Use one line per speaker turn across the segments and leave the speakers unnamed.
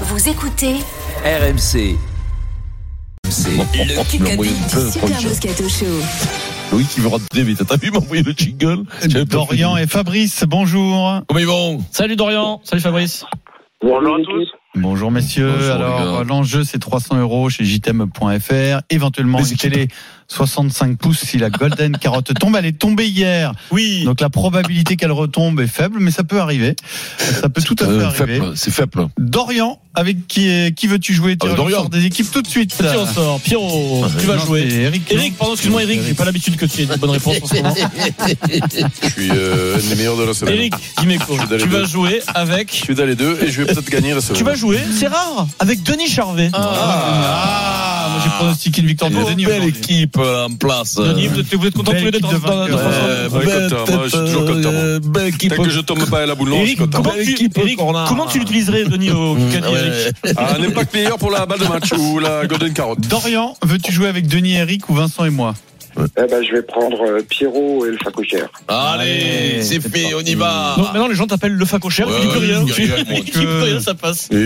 Vous écoutez
RMC. C'est le Kikadi.
du Super Moscato Show.
Oui, qui veut rater, mais t'as- t'as vu m'envoyer le jingle
Euh,
J'avais pas
Euh, Dorian
fait.
et Fabrice, bonjour.
Comment ils vont
Salut Dorian, salut Fabrice.
Bonjour à tous.
Bonjour messieurs.
Bonjour, les gars.
Alors l'enjeu c'est 300 euros chez jtm.fr, éventuellement
Mais
une
c'est qui-
télé 65 pouces si la Golden Carotte tombe. Elle est tombée hier,
Oui.
donc la probabilité qu'elle retombe est faible, mais ça peut arriver. Ça peut tout à fait
Euh,
arriver.
faible, C'est faible.
Dorian, avec qui, qui veux-tu jouer Tire
Ah,
le
Dorian.
sort des équipes tout de suite.
Qui en sort Pierrot, tu vas
Non, c'est
jouer.
Eric, non
Eric, pardon, excuse-moi Eric, j'ai pas l'habitude que tu aies des bonnes réponses en ce moment.
Je suis euh, un des meilleurs de la semaine.
Eric Dimeco,
suis dans les
tu vas
deux.
jouer
Je
avec.
suis dans les deux et je vais peut-être gagner la semaine.
Tu vas jouer, c'est rare, avec Denis Charvet.
Ah, moi j'ai pronostiqué une victoire de
Une
Denis.
belle
aujourd'hui.
équipe euh, en place.
Denis, vous êtes, vous êtes contents tous
Belle
les deux d'être
équipe de
dans- dans- dans-
Euh,
Ouais, ouais,
bah,
belle
content, moi, je suis
tête,
toujours content, moi.
euh, belle équipe.
Tant que je tombe pas à la boule noire, je suis
Eric,
content.
comment
Belle
tu,
équipe
Eric,
qu'on a.
comment tu l'utiliserais Denis au Kikadi
Ouais.
Eric
Ah, un impact meilleur pour la balle de match ou la golden carotte.
Dorian, veux-tu jouer avec Denis, Eric ou Vincent et moi
Eh ben, je vais prendre euh, Pierrot et le facochère.
Allez, c'est fait, on y va.
Donc maintenant les gens t'appellent le facochère,
Ah. Ouais,
tu dis plus rien.
ouais,
Tu
ouais,
tu dis plus rien, ça passe.
Eh, ça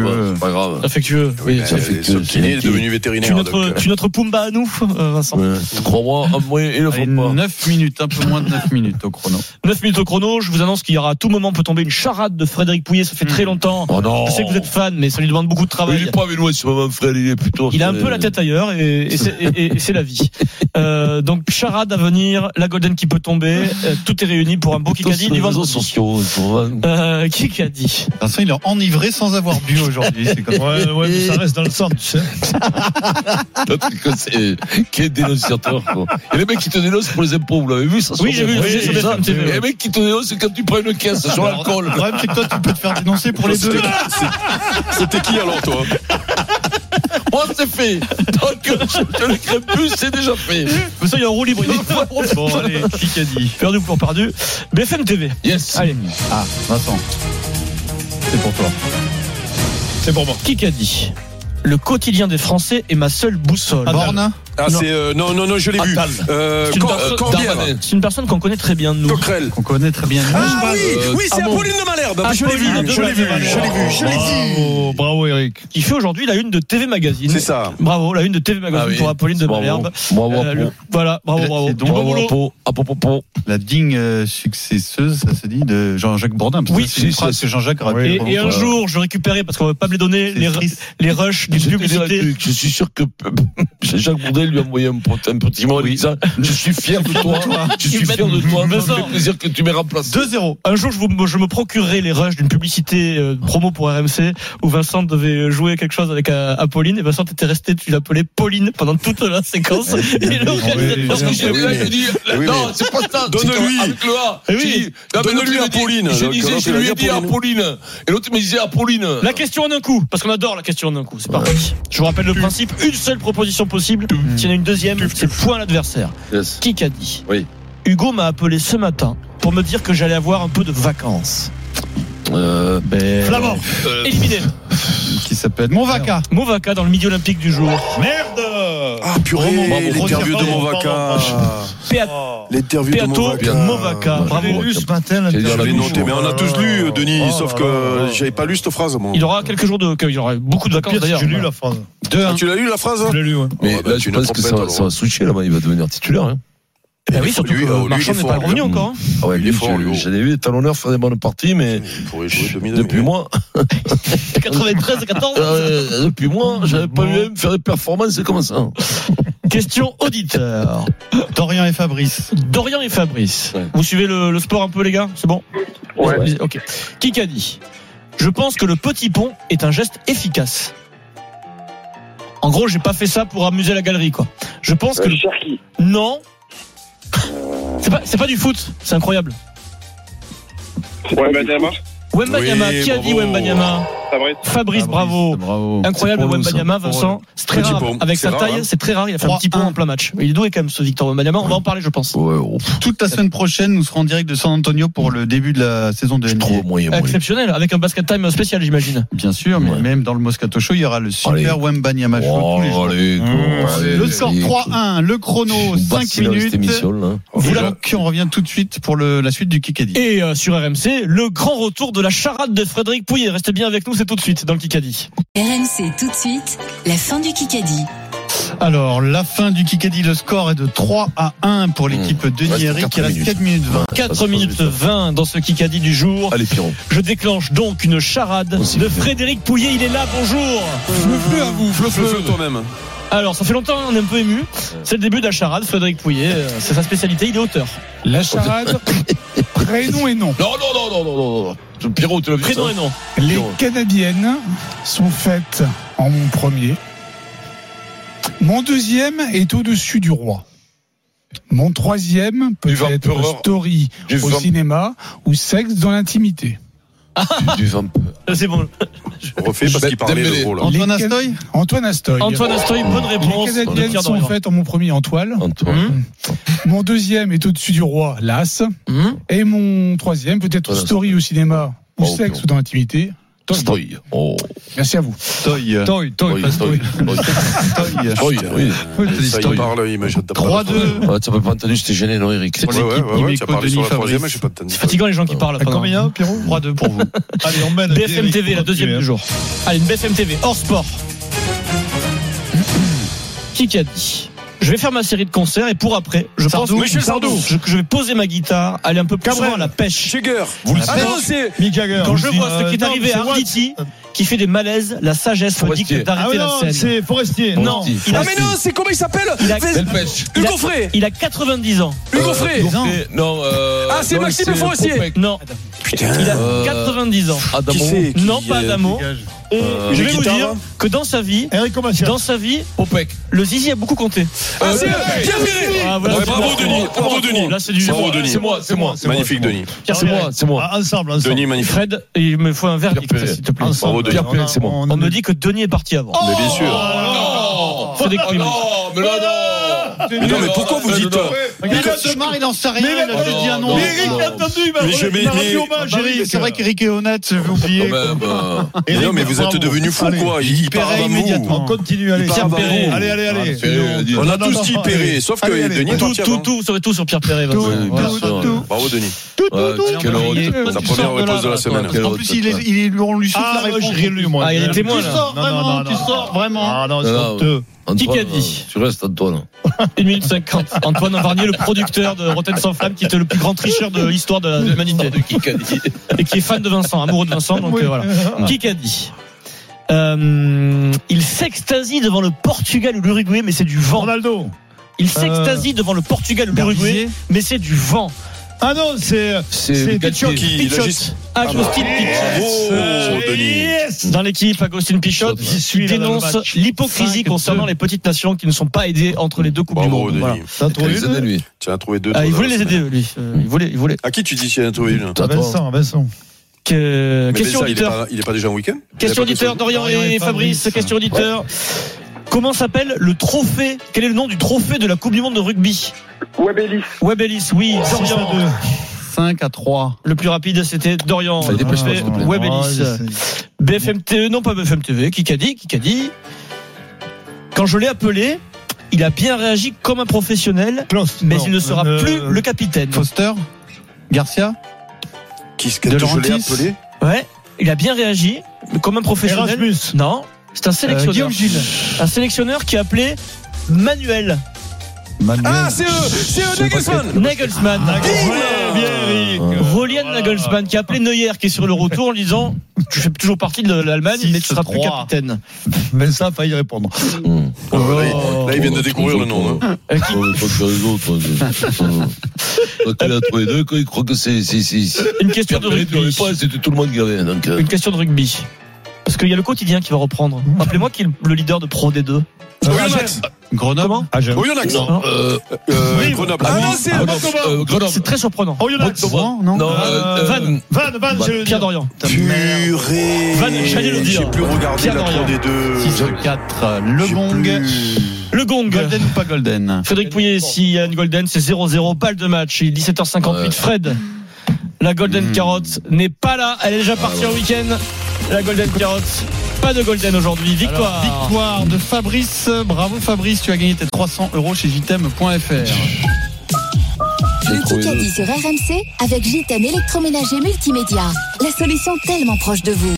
va,
que-
c'est pas grave.
Affectueux. Oui.
ça fait
Euh,
que
ce
c'est
kiné est
l'équipe.
devenu
Tu es
vétérinaire.
notre,
donc, euh,
tu es notre Pumba à nous, euh, Vincent.
Ouais, Crois-moi, à moi, ils le
Allez,
font pas.
9 minutes, un peu moins de 9 minutes au chrono.
9 minutes au chrono, je vous annonce qu'il y aura à tout moment peut tomber une charade de Frédéric Pouillet, ça fait très
Hmm.
longtemps.
Oh non.
Je sais que vous êtes fan, mais ça lui demande beaucoup de
Mais Il
travail.
est pas avec nous, c'est mon frère, il est plutôt.
Il a un peu la tête ailleurs et, et c'est- et- et c'est la vie. Euh, donc charade à venir, la golden qui peut tomber, euh, tout est réuni pour un beau Kikadi
sur
du
les réseaux
vendredi.
sociaux. ils sont-
Euh, Kikadi.
Vincent, il est enivré sans avoir bu aujourd'hui. C'est comme
Ouais, ouais, mais ça reste dans le centre, tu sais.
L'autre, il connaît- qui est dénonciateur. Quoi. Et les mecs qui te dénoncent pour les impôts, vous l'avez vu ça sur
Oui, j'ai vu,
les-
j'ai vu sur
ça.
BFM TV,
Et
ouais.
les mecs qui te dénoncent c'est quand tu prends une caisse sur l'alcool.
Le problème, c'est que toi, tu peux te faire dénoncer pour les
c'était-
deux.
c'est- C'était qui alors, toi
Moi, c'est fait. Tant que je ne le crée plus, c'est déjà fait.
Mais ça, il est en roue libre. il est-
Bon, allez, Kikadi.
Perdu pour perdu. BFM TV.
Yes.
Allez,
Ah, Vincent. C'est pour toi.
C'est pour moi.
Kikadi. Le quotidien des Français est ma seule boussole.
Borne
Ah,
Non.
c'est. euh, non, non, non, je l'ai vu.
Attal.
Euh,
Tu
Cor-
me parles-
euh, Corbière.
Darmanin.
C'est une personne qu'on connaît très bien de nous.
Coquerel.
qu'on connaît très bien.
Ah oui,
euh,
oui, c'est
Hamon.
Apolline de Malherbe.
Ah,
je l'ai vu,
Apolline de
je l'ai vu,
Malherbe. Ah.
je l'ai vu, je l'ai vu.
Bravo, bravo Eric.
Qui fait aujourd'hui la une de TV Magazine.
C'est ça.
Bravo, la une de TV Magazine
Ah oui.
pour Apolline de Malherbe.
Bravo,
Euh, le-
bravo.
Voilà, bravo,
C'est-
bravo.
c'est
Du
donc-
bon
Bravo,
boulot.
bravo. Ah, pom, pom, pom.
La digne euh, successeuse, ça se dit, de Jean-Jacques Bourdin. Parce que
Oui,
c'est une
si,
phrase
ça,
que Jean-Jacques aurait
Et,
pu
et un
prononcer.
jour, je récupérais, parce qu'on ne va pas me les donner,
C'est
les,
triste.
les rushs d'une
Je te dirai un
publicité.
truc, Je suis sûr que Jacques Bourdin lui a envoyé un pot- un petit mot en disant Je suis fier de toi. Je suis fier de toi. Ça
Vincent.
me fait plaisir que tu m'aies remplacé.
2-0.
Un jour, je, vous- je me procurerai les rushs d'une publicité euh, promo pour RMC où Vincent devait jouer quelque chose avec euh, Apolline et Vincent était resté, tu l'appelais Pauline pendant toute la séquence. et le
Parce
réalisateur-
que j'ai
Oui,
vu là,
mais-
je dis,
oui,
non,
mais-
c'est pas ça.
Donne-lui.
C'est Avec le A.
Eh oui.
J'ai dit, non, mais
Donne-lui
l'autre, il m'a
à
dit-
Pauline.
Je
Donc,
disais,
l'autre,
je
il a
lui ai
dit
dit à Pauline. Et l'autre, il me disait à Pauline.
La question en un coup, parce qu'on adore la question en un coup, c'est parti. Je vous rappelle le principe, une seule proposition possible, s'il y en a une deuxième, c'est point à l'adversaire.
Yes.
Qui qu'a dit
Oui.
Hugo m'a appelé ce matin pour me dire que j'allais avoir un peu de vacances.
Euh, ben.
Flamand, éliminé.
Qui s'appelle Mon Vaca.
Movaca dans le midi olympique du jour.
Merde
Ah, purée,
Bravo,
l'interview de
bravo,
Movaca.
Péato,
Oh.
L'interview de Movaca.
Movaca. Bravo.
J'ai lu ce matin
J'ai dit,
Je
on
l'ai
l'a
noté, mais on a tous
Oh
lu, euh, Denis, sauf que j'avais pas lu cette phrase, moi.
Il aura quelques jours de. Il aura beaucoup de vacances d'ailleurs.
J'ai lu la phrase.
Ah,
2-1.
tu l'as lu, la phrase
Je l'ai lu, ouais.
Mais
Ah, bah,
là,
tu
je
nous
pense que ça,
trompes
va-
pas,
ça va switcher là-bas. Il va devenir titulaire. hein.
Bah oui, surtout
Lui,
que
euh, lui,
Marchand
il est
n'est pas
fort,
revenu
lui.
encore. hein.
Ah ouais,
Il
lui,
est fort,
je-
lui. oh.
J'avais vu talonneur faire des bonnes parties, mais
Il pourrait jouer demi-demi.
depuis moi,
93 14.
euh, depuis moi, j'avais pas vu même faire des performances comme ça.
Question auditeur.
Dorian et Fabrice.
Dorian et Fabrice.
Ouais.
Vous suivez le, le sport un peu, les gars C'est bon
Ouais.
Ok. Qui qu'a dit Je pense que le petit pont est un geste efficace. En gros, j'ai pas fait ça pour amuser la galerie, quoi. Je pense que
Euh,
le.
Cherki.
Non C'est pas, c'est pas du foot, c'est incroyable.
Ouais, Benjamin.
Wembanyama,
Oui,
qui a dit
bravo.
Wembanyama Fabrice, bravo.
Bravo.
Incroyable
C'est pour nous,
Wembanyama,
ça.
Vincent. C'est très
Petit
rare.
pont.
Avec
C'est
sa
rare,
taille,
hein.
c'est très rare. Il a fait un petit
3-1.
pont en plein match. Il est doué quand même ce Victor Wembanyama. On va en parler, je pense.
Ouais, oh, pff,
Toute la semaine prochaine, nous serons en direct de San Antonio pour le début de la saison de
je
NBA.
trouve moyen. moyen.
Exceptionnel, avec un basket time spécial, j'imagine.
Bien sûr, mais
Ouais.
même dans le Moscato Show, il y aura le
Allez.
super Wembanyama Show tous les
Oh,
jours.
allez, quoi, allez,
Le score
allez,
3-1, le chrono
on va
5
s'y lancer cette
minutes.
émission, là. hein.
Vous donc, on revient tout de suite pour le- la suite du Kikadi.
Et euh, sur RMC, le grand retour de la charade de Frédéric Pouillet. Restez bien avec nous. c'est tout de suite dans le Kikadi.
RMC tout de suite, la fin du Kikadi.
Alors, la fin du Kikadi, le score est de 3 à 1 pour l'équipe de
Mmh. Ouais, c'est
Eric.
quatre
Il reste
minutes.
4 minutes 20.
4 minutes 20 dans ce Kikadi du jour.
Allez, Pierrot.
Je déclenche donc une charade
Aussi.
de Frédéric Pouillet. Il est là, bonjour.
Fleu à vous, fleu,
Feu,
fleu.
feu toi-même.
Alors, ça fait longtemps, on est un peu ému. C'est le début de la charade, Frédéric Pouillet. euh, C'est sa spécialité, il est auteur.
La charade, prénom et nom.
Non, non, non, non, non, non, non. Pierrot, tu l'as vu
Prénom
ça
et nom.
Les Canadiennes sont faites en mon premier. Mon deuxième est au-dessus du roi. Mon troisième peut
Du
être
vampireur.
story
Du
au
vamp-
cinéma ou sexe dans l'intimité.
hein Du vamp.
C'est bon.
Refais parce qu'il parlait
Dembélé.
le gros là.
Antoine
Les-
Astoy
Antoine Astoy.
Antoine Astoy, bonne
Les
réponse. de
Canadiennes
Pierre
sont
Dorian.
faites en mon premier en toile.
Antoine.
Hum,
Mon deuxième est au-dessus du roi, l'As.
hum.
Et mon troisième peut être
Voilà,
story au cinéma ou
Oh,
sexe
ok.
ou dans l'intimité.
Stoy. Oh.
Merci à vous.
Astoy.
Toy,
Stoy. Stoy. Stoy. Oui.
Ça, il parle, il me jette
3-2.
Ah, T'as pas entendu, c'était gêné, non, Eric
Ouais, ouais, ouais, ouais, tu as parlé sur la troisième, j'ai pas entendu.
C'est fatigant les gens qui parlent. pendant-
Pierrot 3-2 pour vous. Allez, on mène.
BFM TV, la deuxième du
jour.
jour. Allez, une BFM TV, hors sport. Qui qui a dit Je vais faire ma série de concerts et pour après, je
Sardou.
pense
Michel Sardou.
Je, que je vais poser ma guitare, aller un peu plus
Cabrel.
loin à la pêche.
Jagger. Vous le
savez.
c'est.
Mick Jagger.
Quand je vois ce qui est
euh,
arrivé à Arditi, qui fait des malaises, la sagesse me dit
Forestier.
que d'arrêter la scène.
Forestier.
Non,
Forestier.
il a,
Ah, mais non, c'est comment il s'appelle
Il a-
Fais-
Elle pêche.
il a-
Hugo Frey.
il a 90 ans.
Hugo Frey.
Non.
Non, euh,
Ah, c'est
non,
Maxime Forestier.
Popek.
Non,
Putain.
il a
Euh,
90 ans.
Adamo.
Qui c'est qui,
Non, pas
euh,
Adamo. Et
Euh,
je vais
les
vous
guitares,
dire
hein
que dans sa vie,
Eric Commercial.
dans sa vie,
Popek.
le zizi a beaucoup compté.
Ah, c'est eux, Pierre Perret.
Ah, voilà,
Ouais,
c'est
bravo,
bon.
Denis. Bravo, Denis.
Là, c'est du.
C'est
moi,
bravo, Denis.
C'est moi, c'est moi.
Magnifique, Denis.
Pierre
C'est moi,
Perret.
c'est moi.
Ensemble, ensemble.
Denis, magnifique.
Fred, il me faut un verdict,
Pierre Perret.
s'il te plaît.
Ensemble.
Bravo, Denis.
Pierre Perret, c'est moi.
On me dit que Denis est parti avant.
Mais bien sûr.
Oh,
Faut déprimer.
non, Ah, mais là, non.
Mais non, mais pourquoi vous dites. euh,
Regarde, Demar, il en sait
Oh
rien. Il a juste dit un nom.
Mais Eric, il a
attendu, il
Mais je il m'a rendu mais-
Ah,
Ah
hommage,
bah
bah
C'est vrai qu'Eric est honnête, j'avais
Quand
oublié.
même, euh,
Mais non, mais vous êtes devenu fou, quoi. Il part
Perret
à
immédiatement. On
vous.
continue, allez.
Il part à
Perret.
vous.
Allez, allez, allez.
Perret, il a dit-
On a
Non, non,
tous dit
non,
Perret,
allez.
sauf que
Allez, allez.
Denis est
Tout,
parti
tout,
avant.
tout, sur tout sur Pierre Perret.
Tout,
Vincent.
Ouais,
tout,
Voilà.
bien
tout,
sûr.
tout.
Bravo, Denis.
Tout,
Ouais,
tout, tout.
quelle honte.
Toi,
Sa
tu
première
sors de
réponse
là,
de la
toi.
semaine.
Quelle
En
honte,
plus,
toi.
il est- il est- on lui souffle la réponse.
moi.
Ah, il est témoin,
Tu
là.
sors
Non, non,
vraiment,
non,
tu
non.
sors vraiment. Ah non,
Non,
c'est
non.
honteux.
Antoine,
Qui qu'a dit
euh, Tu restes, Antoine.
1 minute 50. Antoine Varnier, le producteur de Rotten sans flamme, qui était le plus grand tricheur de l'histoire de l'humanité. Et qui est fan de Vincent, amoureux de Vincent, donc euh, voilà. Qui qu'a dit Euh, il s'extasie devant le Portugal ou l'Uruguay, mais c'est du vent.
Ronaldo.
Il
Euh,
s'extasie devant le Portugal ou l'Uruguay,
Berbizier.
mais c'est du vent.
Ah non, c'est.
C'est
Pichot
Qui il
Pichot.
a juste-
Agustin
Bravo, Oh, Denis.
Yes.
Dans l'équipe, Agustin Pichot
J'y
qui
suis, là, dans le
dénonce
match.
l'hypocrisie
Cinq,
concernant
deux.
les petites nations qui ne sont pas aidées entre les deux coupes du
Bravo,
monde. Voilà.
Denis. Mmh.
T'as trouvé
Quelle année,
une
lui
Tu en as trouvé deux.
Ah,
toi,
il
dans
voulait
la
les
semaine.
aider, eux, lui. Euh, il voulait, il voulait.
À qui tu dis s'il en a trouvé une
Ah,
Toi, toi.
Vincent, Vincent.
Que-
Mais
Question
Vincent, il est
auditeur.
pas- Il est pas déjà en week-end Il
Question
a pas
auditeur, Dorian
Dorian
et
et Fabrice.
Fabrice, question auditeur. Comment s'appelle le trophée Quel est le nom du trophée de la Coupe du Monde de rugby
Wabelis.
Webelis, oui,
Ah,
Dorian.
5 à 3.
Le plus rapide, c'était Dorian.
Allez,
Le
dépêche-toi,
trophée
s'il te plaît.
Oh, Ah,
Webelis. BFM TV, E, non pas BFM TV, Kikadi, Kikadi. Quand je l'ai appelé, il a bien réagi comme un professionnel, mais il ne sera
euh,
plus le capitaine.
Foster Garcia
Qui ce que
De
je l'ai
Laurentiis
appelé
Ouais, il a bien réagi mais comme un professionnel. Non, c'est un
Euh,
sélectionneur.
Guillaume Gilles.
un sélectionneur qui a appelé Manuel
Ah, c'est eux C'est eux, Nagelsmann
Nagelsmann.
Ah,
Rolian Nagelsmann qui a appelé Neuer qui est sur le retour en lui disant tu fais toujours partie de l'Allemagne
Six,
mais tu seras plus
trois.
capitaine.
Mais ça, failli répondre.
Hum.
Oh, là, il- Là, il vient de
Toi,
découvrir
toi,
le nom. hein.
toi. Toi, toi, tu as raison, toi. Toi, tu l'as trouvé deux, quoi, il croit que c'est. c'est- c'est-
Une question
Pierre
de
Perret, tu l'avais
rugby.
pas, c'était tout le monde qui avait. Donc, euh, Mmh.
Une question de rugby. Parce qu'il y a le quotidien qui va reprendre. Rappelez-moi qui est le leader de Pro D2.
Oyonnax
Grenoble
Comment
Ah, j'aime.
Oyonnax
Non.
euh,
Euh, Grenoble. Ah non, c'est
Grenoble, euh, Grenoble. Oh,
C'est très surprenant.
Rouen,
Non,
non
euh,
Vannes.
Van, Van, je le dis.
Pierre Dorian.
Purée
Van, j'allais le dire.
J'ai plus regardé
Pierre
la
Dorian.
tour des deux.
6 à 4. Le
J'ai
Bong.
plus-
Le gong.
Golden ou pas Golden
Frédéric Pouillet, s'il y a une golden, c'est 0-0, balle de match. Il est 17h58.
Ouais. Mmh.
Fred, la golden carotte n'est pas là. Elle est déjà partie
Ah,
en week-end. La golden carotte, pas de golden aujourd'hui. Victoire.
Victoire de Fabrice. Bravo Fabrice, tu as gagné tes 300 euros chez jtm.fr.
Le
trouvé
Kikadi sur RMC avec JTM électroménager multimédia. La solution tellement proche de vous.